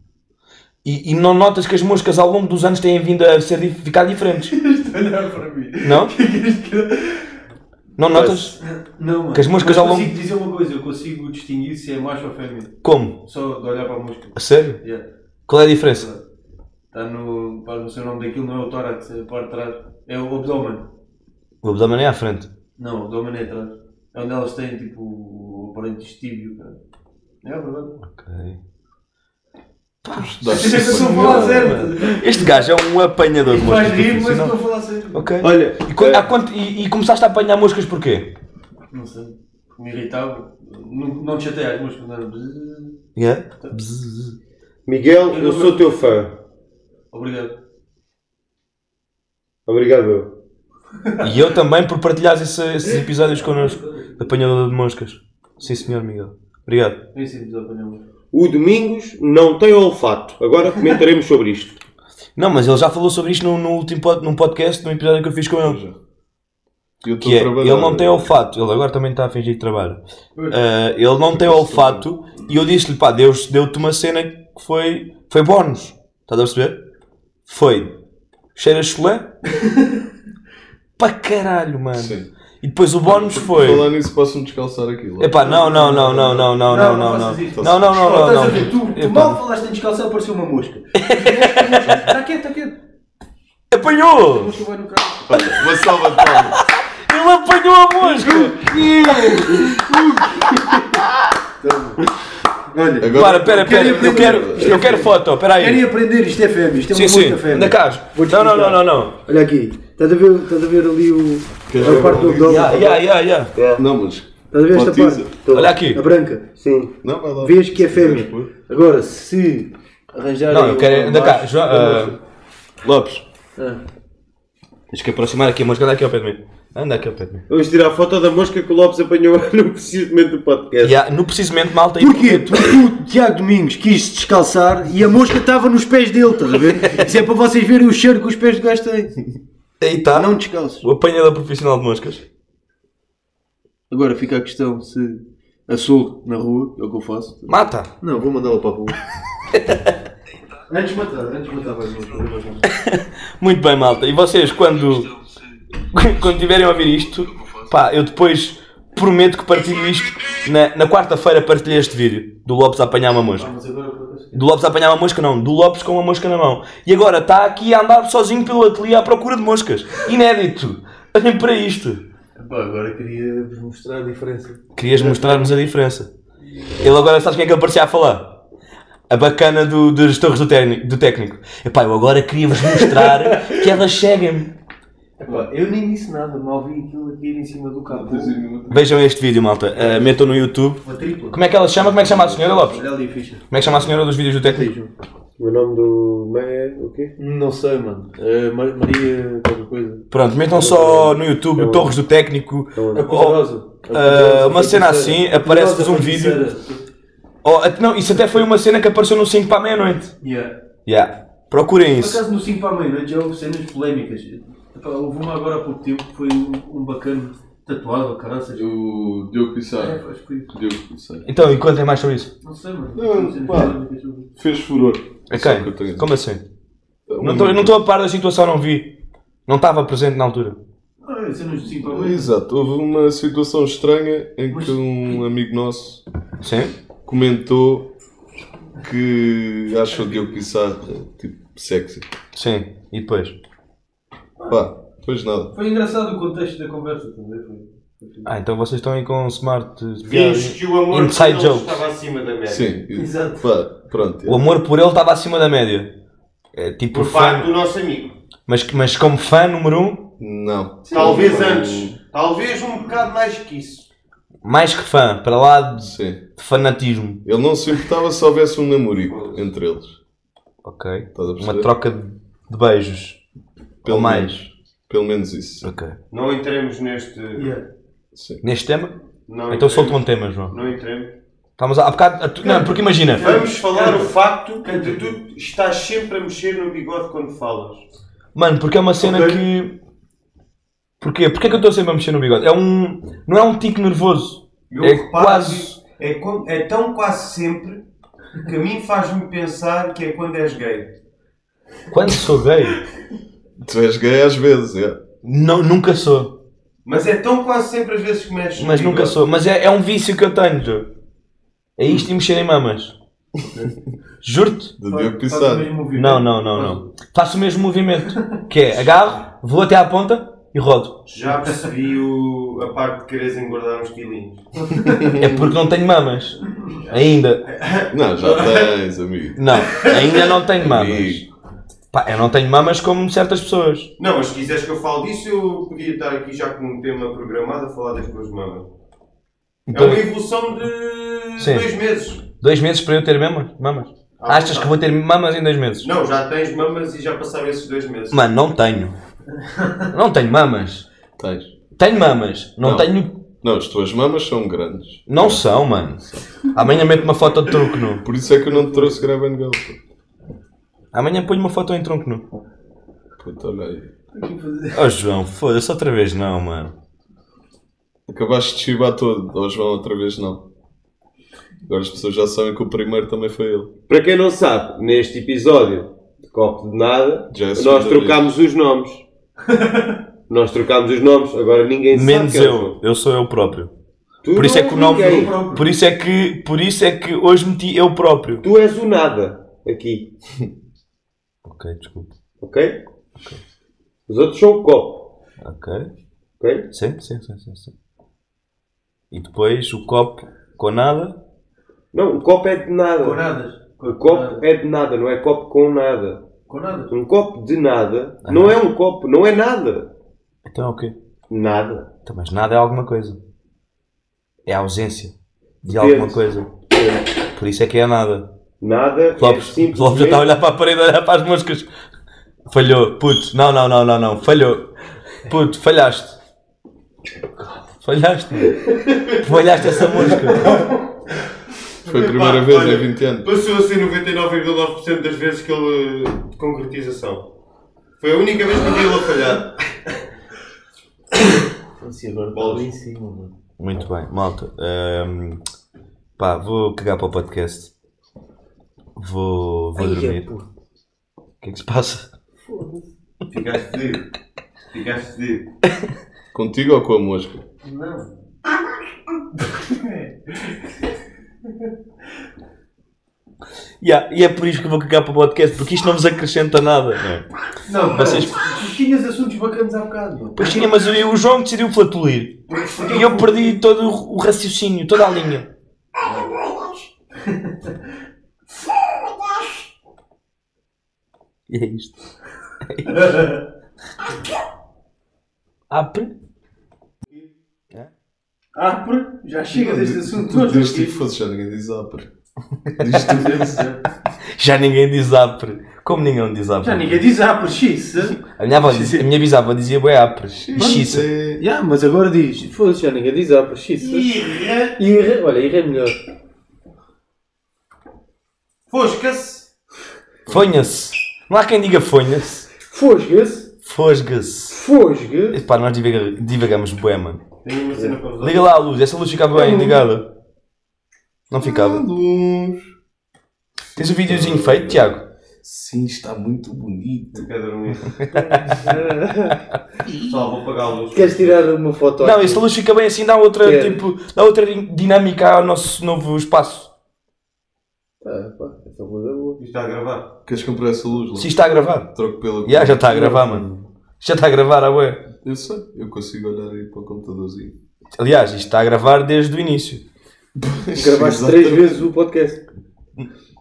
Speaker 4: E, e não notas que as moscas ao longo dos anos têm vindo a ser, dif- ficar diferentes?
Speaker 5: Este é olhar para mim.
Speaker 4: Não?
Speaker 5: Que queres que-
Speaker 4: Não notas?
Speaker 5: Não, mano.
Speaker 4: Que as moscas
Speaker 5: Mas
Speaker 4: ao longo-
Speaker 5: consigo dizer uma coisa, eu consigo distinguir se é macho ou fêmea.
Speaker 4: Como?
Speaker 5: Só de olhar para a mosca.
Speaker 4: A sério?
Speaker 5: Yeah.
Speaker 4: Qual é a diferença?
Speaker 5: Está no. Pá, não sei o nome daquilo, não é o tórax, é a parte de trás. É o abdômen.
Speaker 4: O abdômen é à frente.
Speaker 5: Não, o abdômen é atrás. É onde elas têm tipo o aparente estíbio, cara. É verdade.
Speaker 4: Ok.
Speaker 5: Isto é que eu estou a falar sério.
Speaker 4: Este gajo é um apanhador de moscas
Speaker 5: Vais rir, mas é.
Speaker 4: profissional.
Speaker 5: eu estou a falar sério.
Speaker 4: Ok.
Speaker 3: Olha,
Speaker 4: E, quan-
Speaker 3: eh,
Speaker 4: há quanto- e- e começaste a apanhar moscas porquê?
Speaker 5: Não sei. Me irritava. Não, não te chatei as moscas, não era. "Bzzz".
Speaker 4: Yeah?
Speaker 3: Miguel, eu sou teu fã.
Speaker 5: Obrigado.
Speaker 3: Obrigado.
Speaker 4: E eu também por partilhares esse- esses episódios connosco. Apanhador de moscas. Sim, senhor Miguel. Obrigado.
Speaker 5: Nem sempre desapanhar moscas.
Speaker 3: O Domingos não tem olfato. Agora comentaremos sobre isto.
Speaker 4: Não, mas ele já falou sobre isto num, num último pod- num podcast, num episódio que eu fiz com ele.
Speaker 2: Eu estou
Speaker 4: Que
Speaker 2: a
Speaker 4: é,
Speaker 2: trabalhar.
Speaker 4: ele não tem olfato, ele agora também está a fingir que trabalha. Ah, ele não tem olfato e eu disse-lhe, pá, Deus deu-te uma cena que foi, foi bónus. Estás a perceber? Foi. Cheira a chulé? Para caralho, mano.
Speaker 2: Sim.
Speaker 4: E depois o bónus foi.
Speaker 2: Falar nisso, posso-me descalçar aquilo.
Speaker 4: Epá, não, não, não, não, não, não, não, não, não.
Speaker 5: Não, não
Speaker 4: Não,
Speaker 5: faças isso.
Speaker 4: não, não,
Speaker 5: Oh,
Speaker 4: não,
Speaker 5: estás
Speaker 4: não.
Speaker 5: a ver? Tu, tu
Speaker 4: Epá.
Speaker 5: mal falaste em descalçar, apareceu uma
Speaker 8: [laughs]
Speaker 5: mosca. Está quieto, está quieto. A
Speaker 4: Apanhou!
Speaker 5: mosca vai no carro.
Speaker 2: Olha, Uma salva de palmas.
Speaker 4: Ele apanhou a mosca!
Speaker 2: Agora,
Speaker 4: Para, pera, pera,
Speaker 5: Quero
Speaker 4: eu quero, eu quero foto, espera aí.
Speaker 5: [laughs] Querem aprender, isto é fêmea, isto é
Speaker 4: Sim,
Speaker 5: uma
Speaker 4: sim,
Speaker 5: mosca fêmea.
Speaker 4: anda cá.
Speaker 8: Vou-te
Speaker 4: Não, não, não,
Speaker 8: explicar.
Speaker 4: não, não.
Speaker 8: Olha aqui, estás a ver, estás a ver ali o,
Speaker 3: é
Speaker 8: a parte do abdômen?
Speaker 4: Ya, ya, ya, ya.
Speaker 2: Não, mas.
Speaker 8: Estás a ver esta
Speaker 2: Pode dizer.
Speaker 8: parte? Tô.
Speaker 4: Olha aqui.
Speaker 8: A branca.
Speaker 6: Sim.
Speaker 2: Não, vai lá.
Speaker 8: Vês que é
Speaker 2: Se quiseres,
Speaker 8: fêmea.
Speaker 2: pô.
Speaker 8: Agora, se arranjar.
Speaker 4: Não,
Speaker 8: aí
Speaker 4: eu
Speaker 8: um
Speaker 4: quero. Anda cá,
Speaker 8: macho,
Speaker 4: João. ah, Lopes.
Speaker 8: Ah.
Speaker 4: Tens que aproximar aqui a mosca. Anda aqui ao pé de mim. Anda aqui ao pé de mim.
Speaker 3: Vamos tirar a foto da mosca que o Lopes apanhou [laughs] no precisamente do podcast.
Speaker 4: E há- no precisamente, malta. e-
Speaker 8: Porquê? Porque o Tiago Domingos quis descalçar e a mosca estava nos pés dele, estás a ver? Isso é para vocês verem o cheiro que os pés do gajo têm.
Speaker 4: Aí
Speaker 5: Ah, tá,
Speaker 4: está.
Speaker 8: Não descalços.
Speaker 4: O apanhador profissional de moscas.
Speaker 8: Agora fica a questão se açougue na rua, é o que eu faço.
Speaker 4: Mata.
Speaker 8: Não, vou mandá-la para a rua.
Speaker 5: [laughs] Antes de matar, antes de matar mais um. mais um.
Speaker 4: Muito bem, malta. E vocês, quando, [laughs] quando tiverem a ouvir isto, pá, eu depois prometo que partilho isto. Na, na quarta-feira partilhei este vídeo do Lopes a apanhar uma mosca.
Speaker 5: Ah, Mas agora por acaso.
Speaker 4: Do Lopes a apanhar uma mosca, não. Do Lopes com uma mosca na mão. E agora está aqui a andar sozinho pelo ateliê à procura de moscas. Inédito. Olhem para isto.
Speaker 5: Epá, agora queria vos mostrar a diferença.
Speaker 4: Querias mostrar-nos a diferença. Ele agora, sabes quem é que ele parecia a falar? A bacana do, das torres do, técnico- do técnico. Epá, eu agora queria-vos mostrar que elas chegam-me.
Speaker 5: Epá, eu nem disse nada, mal vi aquilo aqui em cima do cabo.
Speaker 4: Vejam este vídeo, malta. Uh, metam no YouTube.
Speaker 5: Uma tripla.
Speaker 4: Como é que ela se chama? Como é que chama a senhora Lopes?
Speaker 5: Olha ali, ficha.
Speaker 4: Como é que chama a senhora dos vídeos do técnico?
Speaker 3: O nome do meio é o quê?
Speaker 5: Não sei, mano. Eh, Ma- Maria, qualquer coisa.
Speaker 4: Pronto, metam só no YouTube Torres do Técnico.
Speaker 5: A
Speaker 4: Ou,
Speaker 5: poderosa. A
Speaker 4: ah,
Speaker 5: poderosa
Speaker 4: Oh, uma cena
Speaker 5: feiticeira.
Speaker 4: assim, aparece-vos
Speaker 5: Poderosa
Speaker 4: um vídeo.
Speaker 5: feiticeira.
Speaker 4: ou- não, isso até foi uma cena que apareceu no 5 para a meia-noite.
Speaker 5: Yeah.
Speaker 4: Yeah. Procurem
Speaker 5: Por
Speaker 4: isso.
Speaker 5: acaso no 5 para a meia-noite já houve cenas polémicas. Epá, houve uma agora há pouco tempo que foi um, um bacana tatuado, caraças.
Speaker 2: O Diogo Pissarro.
Speaker 5: É, acho que foi.
Speaker 2: O Diogo Pissarro.
Speaker 4: Então, e contem mais sobre isso.
Speaker 5: Não sei, mano.
Speaker 2: Não,
Speaker 5: Cenas
Speaker 2: pá.
Speaker 5: polémicas sobre-
Speaker 2: Fez furor. É só o que eu tenho a
Speaker 4: Ok.
Speaker 2: dizer.
Speaker 4: Como assim? Não tô- eu não estou a par da situação, não vi. Não estava presente na altura.
Speaker 5: Ah, é cenas de 5 para a meia.
Speaker 2: Exato, houve uma situação estranha em
Speaker 5: Mas-
Speaker 2: que um amigo nosso
Speaker 4: Sim?
Speaker 2: comentou que achou o Diogo Pissarro tipo sexy.
Speaker 4: Sim. E depois?
Speaker 2: Pá, pois nada.
Speaker 5: Foi engraçado o contexto da conversa também. Foi.
Speaker 4: Ah, então vocês estão aí com smart.
Speaker 7: Vimos que o amor
Speaker 4: Inside
Speaker 7: por eles
Speaker 4: jokes.
Speaker 7: estava acima da média.
Speaker 2: Sim, e-
Speaker 5: Exato.
Speaker 2: pá, pronto.
Speaker 4: O amor por ele estava acima da média. É, tipo,
Speaker 7: Por
Speaker 4: fã,
Speaker 7: parte do nosso amigo.
Speaker 4: mas, mas como fã número um,
Speaker 2: Não.
Speaker 7: Talvez
Speaker 2: Não,
Speaker 7: antes. Talvez um bocado mais que isso.
Speaker 4: mais que fã, para lá de
Speaker 2: Sim.
Speaker 4: de fanatismo.
Speaker 2: Ele não se importava se houvesse um namorico entre eles.
Speaker 4: Ok.
Speaker 2: Estás a perceber?
Speaker 4: Uma troca de de beijos. ou mais.
Speaker 2: Menos, pelo menos isso.
Speaker 4: Ok.
Speaker 7: Não entremos neste.
Speaker 5: Yeah.
Speaker 2: Sim.
Speaker 4: Neste tema?
Speaker 7: Não
Speaker 4: então
Speaker 7: entremos.
Speaker 4: solta um tema, João.
Speaker 7: Não entremos.
Speaker 4: Estamos a, há bocado. a tu- não, porque imagina.
Speaker 7: Vamos falar
Speaker 5: Canta.
Speaker 7: o facto
Speaker 5: Canta.
Speaker 7: de tu estás sempre a mexer no bigode quando falas.
Speaker 4: Mano, porque é uma cena
Speaker 5: Ok.
Speaker 4: que. Porquê? Porquê que eu estou sempre a mexer no bigode? É um. Não é um tique nervoso.
Speaker 7: Eu
Speaker 4: É
Speaker 7: reparo
Speaker 4: quase-
Speaker 7: que É, quan- é tão quase sempre que a mim faz-me pensar que é quando és gay.
Speaker 4: Quando sou gay,
Speaker 2: Tu és gay às vezes, é.
Speaker 4: não, nunca sou.
Speaker 7: Mas é tão quase sempre as vezes que mexes. no
Speaker 4: Mas nunca
Speaker 7: bigode.
Speaker 4: sou. Mas é, é um vício que eu tenho, João. É isto e mexer em mamas. Juro-te.
Speaker 2: De Diogo
Speaker 5: Faz- faz o
Speaker 2: Pissarro.
Speaker 5: mesmo movimento.
Speaker 4: Não, não, não, não. Faço o mesmo movimento. Que é agarro, vou até à ponta e rodo.
Speaker 7: Já percebi o- a parte de quereres engordar uns quilinhos.
Speaker 4: É porque não tenho mamas. Ainda.
Speaker 2: Não, já tens, amigo.
Speaker 4: Não, ainda não tenho mamas.
Speaker 2: Amigo.
Speaker 4: Pá, eu não tenho mamas como certas pessoas.
Speaker 7: Não, mas se quiseres que eu fale disso, eu podia estar aqui já com um tema programado a falar das tuas mamas. É uma evolução de
Speaker 4: Então Sim.
Speaker 7: dois meses.
Speaker 4: Dois meses para eu ter mamas? mamas.
Speaker 7: Ah,
Speaker 4: Achas
Speaker 7: tá.
Speaker 4: que vou ter mamas em dois meses?
Speaker 7: Não, já tens mamas e já passaram esses dois meses.
Speaker 4: Mano, não tenho. Não tenho mamas.
Speaker 2: Tens.
Speaker 4: Tenho mamas. Não,
Speaker 2: Não.
Speaker 4: tenho.
Speaker 2: Não, as tuas mamas são grandes.
Speaker 4: Não são, mano. Amanhã meto uma foto de tronco nu.
Speaker 2: Por isso é que eu não te trouxe grava and go. pô.
Speaker 4: Amanhã ponho uma foto em tronco nu.
Speaker 2: Puta, olha aí.
Speaker 4: Oh João, foda-se outra vez não, mano.
Speaker 2: Acabaste de chibar todo. Ó João, outra vez não. Agora as pessoas já sabem que o primeiro também foi ele.
Speaker 3: Para quem não sabe, neste episódio de Copo de Nada,
Speaker 2: Já é a
Speaker 3: nós
Speaker 2: segunda
Speaker 3: trocámos os
Speaker 8: [laughs]
Speaker 3: nomes. nós trocámos os nomes, agora ninguém
Speaker 4: Menos
Speaker 3: sabe. quem é o
Speaker 4: eu.
Speaker 3: João.
Speaker 4: Eu sou eu próprio.
Speaker 3: Tu
Speaker 4: Por isso
Speaker 3: não
Speaker 4: é que o
Speaker 3: és
Speaker 4: nome.
Speaker 3: ninguém.
Speaker 5: próprio.
Speaker 4: Por isso é que. Por isso é que hoje meti eu próprio.
Speaker 3: Tu és o nada aqui,
Speaker 4: Ok, desculpa.
Speaker 3: ok? Os outros são o copo,
Speaker 4: Ok.
Speaker 3: ok?
Speaker 4: Sim, sim, sim, sim. sim. E depois o copo com nada.
Speaker 3: Não, o copo é de nada.
Speaker 5: Com nada.
Speaker 3: O copo é de nada, não é copo com nada.
Speaker 5: Com nada.
Speaker 3: Um copo de nada
Speaker 4: Ah.
Speaker 3: não é um copo, não é nada.
Speaker 4: Então é o quê?
Speaker 3: Nada.
Speaker 4: Então, mas nada é alguma coisa. É a ausência de
Speaker 3: Depende.
Speaker 4: alguma coisa. Por isso é que é nada.
Speaker 3: Nada é
Speaker 4: Lopes,
Speaker 3: simplesmente...
Speaker 4: Lopes já está a olhar para a parede, a olhar para as moscas. Falhou, puto. Não, não, não, não, não. Falhou. Puto, falhaste. Falhaste. mano. Falhaste essa mosca.
Speaker 2: Foi a
Speaker 7: Epá,
Speaker 2: primeira vez
Speaker 7: olha,
Speaker 2: em 20 anos.
Speaker 7: Passou a ser 99,9% das vezes que ele. de concretização. Foi a única vez que eu vi ele a falhar.
Speaker 5: Se
Speaker 8: tá
Speaker 5: agora
Speaker 7: Bolas.
Speaker 5: ali em cima, mano.
Speaker 4: Muito ehm, bem, malta. Ahm, pá, vou cagar para o podcast. Vou, vou
Speaker 6: Ai,
Speaker 4: dormir.
Speaker 6: puto.
Speaker 4: O que é que se passa?
Speaker 7: Ficaste fedido. Ficaste fedido.
Speaker 2: Contigo ou com a mosca?
Speaker 5: [laughs]
Speaker 7: Não.
Speaker 5: É.
Speaker 4: Ya, e é por isso que eu vou cagar para o podcast, porque isto não vos acrescenta nada.
Speaker 5: Não,
Speaker 4: Vocês-
Speaker 5: vocês... tu tinhas assuntos bacanas há bocado. meu.
Speaker 4: Pois tinha, mas o o João decidiu flatulir. E eu perdi todo o raciocínio, toda a linha. E é isto.
Speaker 5: [laughs]
Speaker 4: Apre?
Speaker 5: Ah, por... já chega deste assunto
Speaker 2: Tu
Speaker 5: todo.
Speaker 2: diz tipo fosse já ninguém diz ópera. Diz tu
Speaker 4: Já ninguém diz apre. Como ninguém diz apre?
Speaker 5: Já ninguém diz ah, por X.
Speaker 4: A minha, avó dizia, a minha bisavó dizia bué apre. Xiça.
Speaker 2: É-
Speaker 8: Já, mas agora diz. Foda-se, já ninguém diz ah, apres. Xis.
Speaker 7: Irra.
Speaker 8: Irra. Olha, irra é melhor.
Speaker 7: Fosca-se.
Speaker 4: Fonha-se. Não há quem diga fonha-se.
Speaker 8: Fosga-se.
Speaker 4: Fosga-se.
Speaker 8: Fosga.
Speaker 4: Epá, nós divaga- divagamos bué, mano.
Speaker 7: Tenho uma cena para vos
Speaker 4: Liga lá a luz, essa luz ficava bem ligada. Não ficava.
Speaker 2: Luz.
Speaker 4: Tens o videozinho feito, Tiago?
Speaker 2: Sim, está muito bonito.
Speaker 7: Quer dormir? Pessoal, vou pagar a luz.
Speaker 8: Queres tirar uma foto
Speaker 4: Não,
Speaker 8: aqui?
Speaker 4: essa luz fica bem assim, dá outra,
Speaker 8: É.
Speaker 4: tipo, dá outra din- dinâmica ao nosso novo espaço.
Speaker 8: Ah, pá, essa luz é boa.
Speaker 7: Isto está a gravar.
Speaker 2: Queres comprar essa luz?
Speaker 4: Se
Speaker 2: Lá?
Speaker 4: está a gravar.
Speaker 2: Troco pela.
Speaker 4: Já, tá. já está a gravar, mano. Já está a gravar, ah, ué.
Speaker 2: Eu sei, eu consigo olhar aí para o computadorzinho.
Speaker 4: Aliás, isto está a gravar desde o início.
Speaker 8: Gravaste
Speaker 2: [laughs] Exato.
Speaker 8: três vezes o podcast.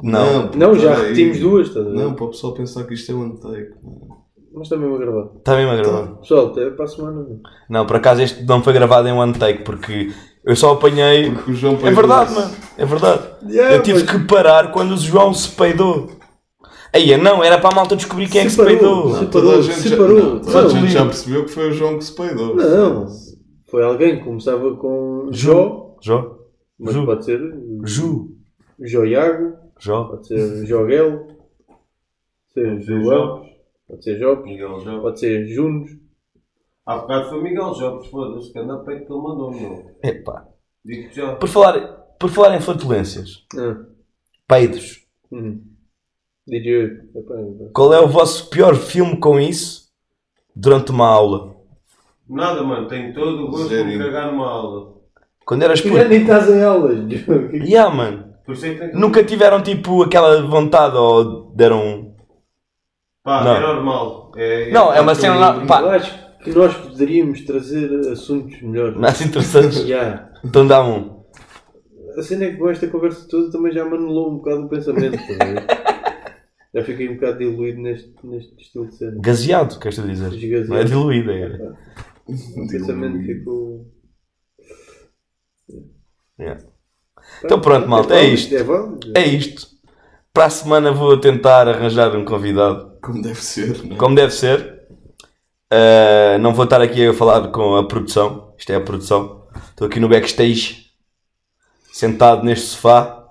Speaker 4: Não.
Speaker 2: pô,
Speaker 8: Não, já
Speaker 2: peraí.
Speaker 8: repetimos duas, estás a ver?
Speaker 2: Não, para o pessoal pensar que isto é um take. mano.
Speaker 8: Mas está mesmo a gravar.
Speaker 4: Está mesmo a gravar.
Speaker 8: Pessoal, até para a semana. meu.
Speaker 4: Não, por acaso este não foi gravado em one take, porque eu só apanhei...
Speaker 2: Porque o João
Speaker 4: É
Speaker 2: pegou
Speaker 4: verdade,
Speaker 2: esse-
Speaker 4: mano. É verdade.
Speaker 8: Yeah,
Speaker 4: eu tive
Speaker 8: mas-
Speaker 4: que parar quando o João se peidou. Aí, não, era para a malta descobrir quem é que se
Speaker 8: Separou,
Speaker 4: peidou.
Speaker 2: Não,
Speaker 8: Separou,
Speaker 2: toda a gente
Speaker 8: separou.
Speaker 2: Já, não, toda a
Speaker 8: Não,
Speaker 2: gente
Speaker 8: não.
Speaker 2: já percebeu que foi o João que se peidou.
Speaker 8: Não. Foi alguém que começava com Jó,
Speaker 4: Jó?
Speaker 8: mas
Speaker 4: Ju.
Speaker 8: pode ser
Speaker 4: Ju?
Speaker 8: Jó Iago,
Speaker 4: Jó?
Speaker 8: pode ser Joguel, pode ser
Speaker 7: Miguel
Speaker 8: João,
Speaker 7: Jobs.
Speaker 8: pode ser Jobs,
Speaker 7: Miguel Jobs.
Speaker 8: pode ser Junos.
Speaker 7: Há bocado foi Miguel Jobs. Foda-se, que anda peito que ele mandou, meu.
Speaker 4: Epá.
Speaker 7: Digo-te já.
Speaker 4: Por falar, por falar em flatulências,
Speaker 8: Ah,
Speaker 4: peidos,
Speaker 8: hum. Diria eu. Epá, então. epá.
Speaker 4: qual é o vosso pior filme com isso durante uma aula?
Speaker 7: Nada, mano. Tenho todo o gosto de me
Speaker 2: Zero.
Speaker 7: cagar numa aula.
Speaker 4: Quando eras
Speaker 8: Tu já
Speaker 4: puto?
Speaker 8: nem estás em aulas. Diogo.
Speaker 4: Yeah, mano.
Speaker 7: Por isso é que tenho que-
Speaker 4: Nunca tiveram tipo aquela vontade ou deram. um?
Speaker 7: Pá,
Speaker 4: Não.
Speaker 7: é normal. É,
Speaker 4: Não, é uma cena. lá-
Speaker 8: Eu
Speaker 4: Pá,
Speaker 8: acho que nós poderíamos trazer assuntos melhores.
Speaker 4: mais interessantes.
Speaker 8: Já.
Speaker 4: Então dá um.
Speaker 8: A cena é que com esta conversa toda também já me anulou um bocado o pensamento. estás a ver? já fiquei um bocado diluído neste, neste estilo de cena.
Speaker 4: Gaseado, queres tu dizer?
Speaker 8: Gaseado.
Speaker 4: Não é diluída, é.
Speaker 8: O pensamento ficou.
Speaker 4: Yeah. Então pronto, malta, é isto.
Speaker 8: É válido.
Speaker 4: É isto. Para a semana vou tentar arranjar um convidado.
Speaker 2: Como deve ser, não é?
Speaker 4: Como deve ser. Uh, não vou estar aqui a falar com a produção. Isto é a produção. Estou aqui no backstage, sentado neste sofá.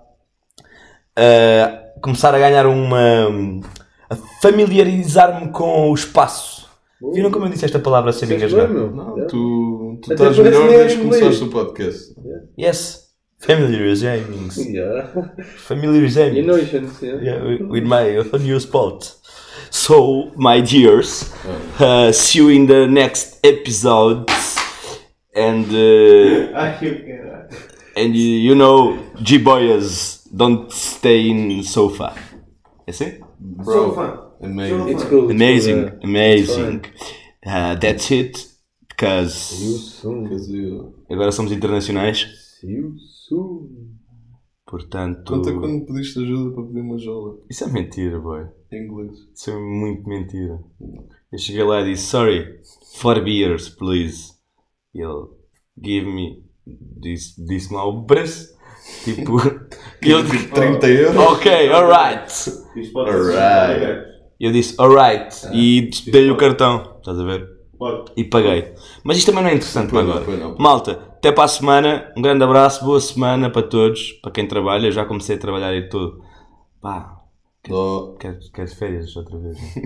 Speaker 4: Uh, começar a ganhar uma. a familiarizar-me com o espaço. Viram como é eu disse esta palavra sem me
Speaker 8: Disseste
Speaker 4: engasgar?
Speaker 8: bem, meu.
Speaker 2: Não,
Speaker 8: Já.
Speaker 2: tu, tu
Speaker 8: Até
Speaker 2: estás
Speaker 8: parece
Speaker 2: melhor
Speaker 8: que nem
Speaker 2: desde que
Speaker 8: é inglês.
Speaker 2: começaste o podcast.
Speaker 4: Yes. Familiarizing.
Speaker 8: Já.
Speaker 4: Familiarizing.
Speaker 8: E nós, Anderson.
Speaker 4: Yeah, with- with my new spot. So, my dears, uh, see you in the next episode. And uh,
Speaker 7: Ai, eu caralho.
Speaker 4: and you, you know, G boys, don't stay in sofa. Is it
Speaker 2: Bro, é
Speaker 7: fã.
Speaker 2: amazing.
Speaker 8: It's cool.
Speaker 4: amazing? Amazing. Uh, that's it. Because
Speaker 8: Silson.
Speaker 2: Quer dizer,
Speaker 4: agora somos internacionais,
Speaker 8: Silson.
Speaker 4: portanto.
Speaker 2: Conta quando pediste ajuda para pedir uma jola
Speaker 4: Isso é mentira, boy.
Speaker 2: em inglês.
Speaker 4: Isso é muito mentira. Eu cheguei lá e disse, sorry, four beers, please. E ele, give me, disse- disse-me lá o preço. [laughs]
Speaker 2: [laughs]
Speaker 4: Tipo, e eu [laughs] disse,
Speaker 2: 30 euros?
Speaker 4: ok, alright.
Speaker 7: Isto pode ser. assim, é.
Speaker 2: Alright.
Speaker 7: Right.
Speaker 4: E Eu disse, alright.
Speaker 2: Ah,
Speaker 4: E dei-lhe o cartão, estás a ver?
Speaker 7: Pode.
Speaker 4: E paguei. Mas isto também não é interessante para
Speaker 2: Pois não,
Speaker 4: agora.
Speaker 2: pois não.
Speaker 4: Malta, até para a semana. Um grande abraço, boa semana para todos, para quem trabalha. Eu já comecei a trabalhar e tudo. Pá,
Speaker 2: Dó.
Speaker 4: quero, quero férias outra vez. né?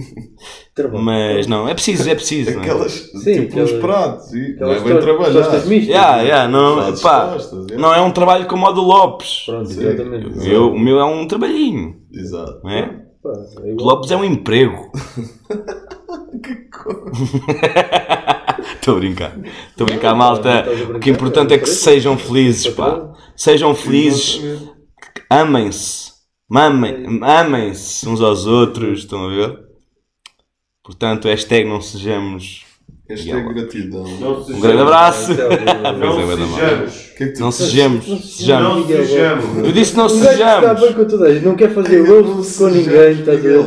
Speaker 8: Trabalho.
Speaker 4: Mas não, é preciso, é preciso. não é?
Speaker 2: Aquelas,
Speaker 8: Sim,
Speaker 2: tipo uns
Speaker 8: aquelas-
Speaker 2: pratos. E não é
Speaker 8: Aquelas
Speaker 2: bem
Speaker 8: tos- tostas
Speaker 2: trabalhar.
Speaker 8: mistas.
Speaker 4: Yeah, yeah, É, não,
Speaker 2: Fazes
Speaker 4: pá,
Speaker 2: costas, é.
Speaker 4: não é um trabalho como o do Lopes.
Speaker 8: Pronto,
Speaker 2: Sim.
Speaker 8: exatamente.
Speaker 4: Eu- o meu é um trabalhinho.
Speaker 2: Exato.
Speaker 4: não é?
Speaker 8: Pá, é igual.
Speaker 4: Lopes é um
Speaker 8: [laughs]
Speaker 4: emprego. [laughs] Estou a brincar. Estou a brincar, malta. O que é importante é que sejam felizes, pá. Sejam felizes, amem-se. Mamem- Amem-se uns aos outros, estão a ver? Portanto, hashtag não sejamos.
Speaker 2: Hashtag é gratidão.
Speaker 7: Não se
Speaker 4: Um grande abraço! [laughs]
Speaker 7: Não
Speaker 4: Pois é, vai dar mal.
Speaker 7: sejamos.
Speaker 2: O que é que tu
Speaker 4: Não sejamos, sejamos.
Speaker 7: Não sejamos.
Speaker 4: Eu disse não
Speaker 8: Um gajo que está bem
Speaker 4: sejamos.
Speaker 8: com toda a gente, não quer fazer roast com ninguém, estás a ver?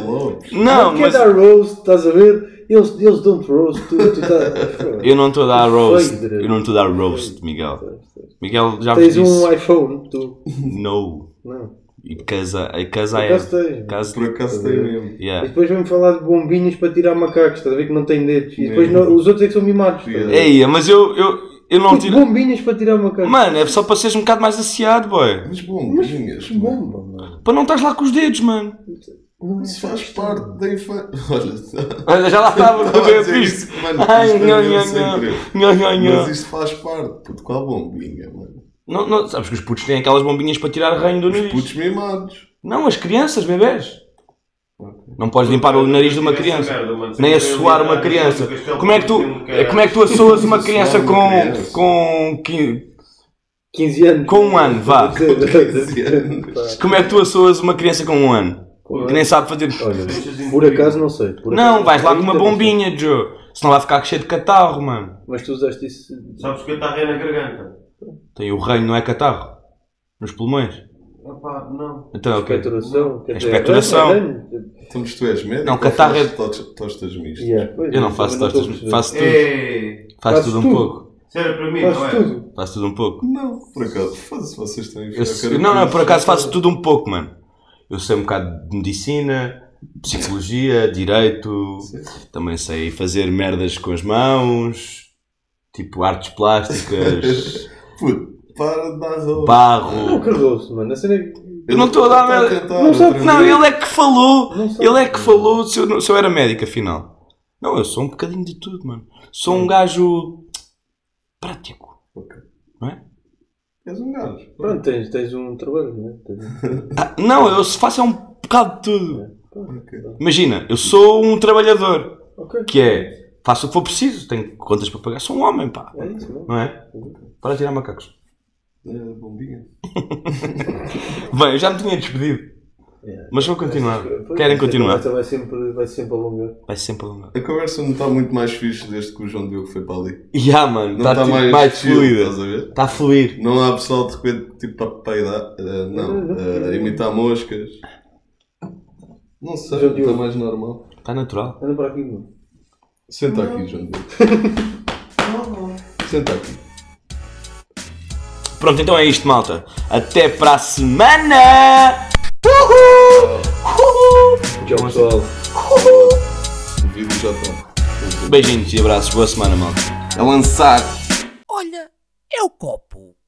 Speaker 4: Não,
Speaker 8: Não quer
Speaker 4: mas
Speaker 8: dar roast, estás a ver? Eles, eles dão-te roast, tu, tu tá- estás.
Speaker 4: [laughs] eu não estou a dar roast.
Speaker 8: Feidre.
Speaker 4: Eu não estou a dar roast, Miguel. Miguel já vos
Speaker 8: Tens
Speaker 4: disse.
Speaker 8: um iPhone, tu.
Speaker 4: No.
Speaker 8: Não.
Speaker 4: E casa, a casa
Speaker 8: Por
Speaker 4: é.
Speaker 8: acaso tens.
Speaker 4: Casa.
Speaker 2: Por acaso tem mesmo.
Speaker 8: E
Speaker 4: Yeah.
Speaker 8: depois vamos falar de bombinhas para tirar macacos, estás a ver que não tem dedos. E depois não- os outros é que são mimados. estás a ver?
Speaker 4: Ei, mas eu, eu, eu não
Speaker 8: Puto,
Speaker 4: tiro.
Speaker 8: Bombinhas para tirar macacos.
Speaker 4: Mano, é só para seres um bocado mais aciado, boy.
Speaker 2: Mas bombinhas. mano.
Speaker 8: Bomba, é mano.
Speaker 4: Para não estás lá com os dedos, mano.
Speaker 7: é?
Speaker 8: é
Speaker 2: Isso faz parte da infância. [laughs]
Speaker 4: [laughs]
Speaker 2: Olha,
Speaker 4: Olha, já lá estava, não
Speaker 2: estava a
Speaker 4: é
Speaker 2: dizer
Speaker 4: visto.
Speaker 2: isso, mano.
Speaker 4: Ai,
Speaker 2: isto é
Speaker 4: nho,
Speaker 2: mesmo
Speaker 4: nho,
Speaker 2: sem
Speaker 4: nho.
Speaker 2: querer.
Speaker 4: Nho, nho,
Speaker 2: Mas
Speaker 4: nho.
Speaker 2: isto faz parte, puto, com a bombinha, mano.
Speaker 4: Não, não, sabes que os putos têm aquelas bombinhas para tirar ranho do
Speaker 2: Os
Speaker 4: nariz.
Speaker 2: putos mimados.
Speaker 4: Não, as crianças, bebés. Não podes limpar o nariz de uma criança. Nem assoar uma criança. Como é que tu, como é que tu assoas [laughs] uma criança com, com, quin-
Speaker 8: 15 anos. né?
Speaker 4: com um ano, vá?
Speaker 8: 15
Speaker 4: Como é que tu assoas uma criança com um ano? Que nem sabe fazer...
Speaker 8: Olha, por acaso não sei. por
Speaker 4: Não,
Speaker 8: acaso é
Speaker 4: vais lá com
Speaker 8: sei,
Speaker 4: uma
Speaker 8: ainda não sei.
Speaker 4: bombinha, Joe. Senão vai ficar cheio de catarro, mano.
Speaker 8: Mas tu usaste isso.
Speaker 7: Sabes que eu
Speaker 5: tá
Speaker 7: estava na garganta.
Speaker 4: Tem o reino, não é catarro? Nos pulmões?
Speaker 7: Opá, não.
Speaker 4: Então, ok.
Speaker 8: Espectoração. quer dizer,
Speaker 4: Espectoração.
Speaker 8: é dano, é dano.
Speaker 2: Então, mas tu és médico?
Speaker 4: Não,
Speaker 2: ou
Speaker 4: catarro é-
Speaker 2: fazes to- Tostas mistas.
Speaker 8: Yeah, pois,
Speaker 4: Eu não
Speaker 8: mas
Speaker 4: faço
Speaker 8: também
Speaker 4: tostas,
Speaker 8: estou a
Speaker 4: faço tudo.
Speaker 7: É.
Speaker 4: Faço
Speaker 8: faço
Speaker 4: tudo um
Speaker 8: tudo.
Speaker 4: pouco.
Speaker 7: Sério, para mim,
Speaker 8: perceber.
Speaker 7: não é?
Speaker 8: Faço tudo.
Speaker 4: Faço tudo um pouco.
Speaker 2: Não, por acaso, faz, vocês têm
Speaker 4: Eu se- não, não, por acaso faço tudo um pouco, mano. Eu sei um bocado de medicina, psicologia, direito, também sei fazer merdas com as mãos, tipo artes plásticas,
Speaker 2: Puto, para de dar roupa.
Speaker 8: Não,
Speaker 4: barro.
Speaker 8: cagou-se, mano. A cena é que-
Speaker 4: Eu não estou a dar merda.
Speaker 8: Não sabe-
Speaker 4: Não, ele é que falou,
Speaker 8: Não sabe.
Speaker 4: ele é que falou se eu, não- se eu era médico, afinal. Não, eu sou um bocadinho de tudo, mano. Sou um gajo prático.
Speaker 2: És um gajo.
Speaker 8: Pronto, tens, tens um trabalho, não é? Tens-
Speaker 4: Ah, não, eu faço é um bocado de tudo.
Speaker 2: Ok.
Speaker 4: Imagina, eu sou um trabalhador
Speaker 8: Ok.
Speaker 4: que é faço o que for preciso, tenho contas para pagar, sou um homem, pá,
Speaker 8: É isso, não?
Speaker 4: não é? Para de tirar macacos.
Speaker 2: É, bombinha.
Speaker 4: Bem, eu já me tinha despedido,
Speaker 8: Yeah.
Speaker 4: mas vou continuar.
Speaker 8: Pois,
Speaker 4: Querem
Speaker 8: esta
Speaker 4: continuar?
Speaker 8: conversa Vai sempre, vai sempre alongar.
Speaker 4: Vai sempre alongar.
Speaker 2: A conversa não está muito mais fixe desde que o João Diogo foi para ali.
Speaker 4: Ya, mano,
Speaker 2: Não
Speaker 4: está
Speaker 2: está
Speaker 4: tipo,
Speaker 2: mais,
Speaker 4: mais,
Speaker 2: chill, estás
Speaker 4: fluida.
Speaker 2: a ver?
Speaker 4: Está a fluir.
Speaker 2: Não há pessoal de repente tipo para peidar, eh, não, eh, imitar moscas. Não sei,
Speaker 8: João
Speaker 2: está
Speaker 8: Diogo.
Speaker 2: mais normal.
Speaker 4: Está Tá natural.
Speaker 8: Anda para Tá aqui, mano.
Speaker 2: Senta aqui, João
Speaker 8: [laughs]
Speaker 2: Diogo. Senta aqui.
Speaker 4: Pronto, então é isto, malta. Até para a semana! Uhul! Uhul!
Speaker 8: Tchau, pessoal.
Speaker 2: O vídeo já tá. está.
Speaker 4: Beijinhos e abraços. Boa semana, malta.
Speaker 2: A lançar.
Speaker 1: Olha, é o copo.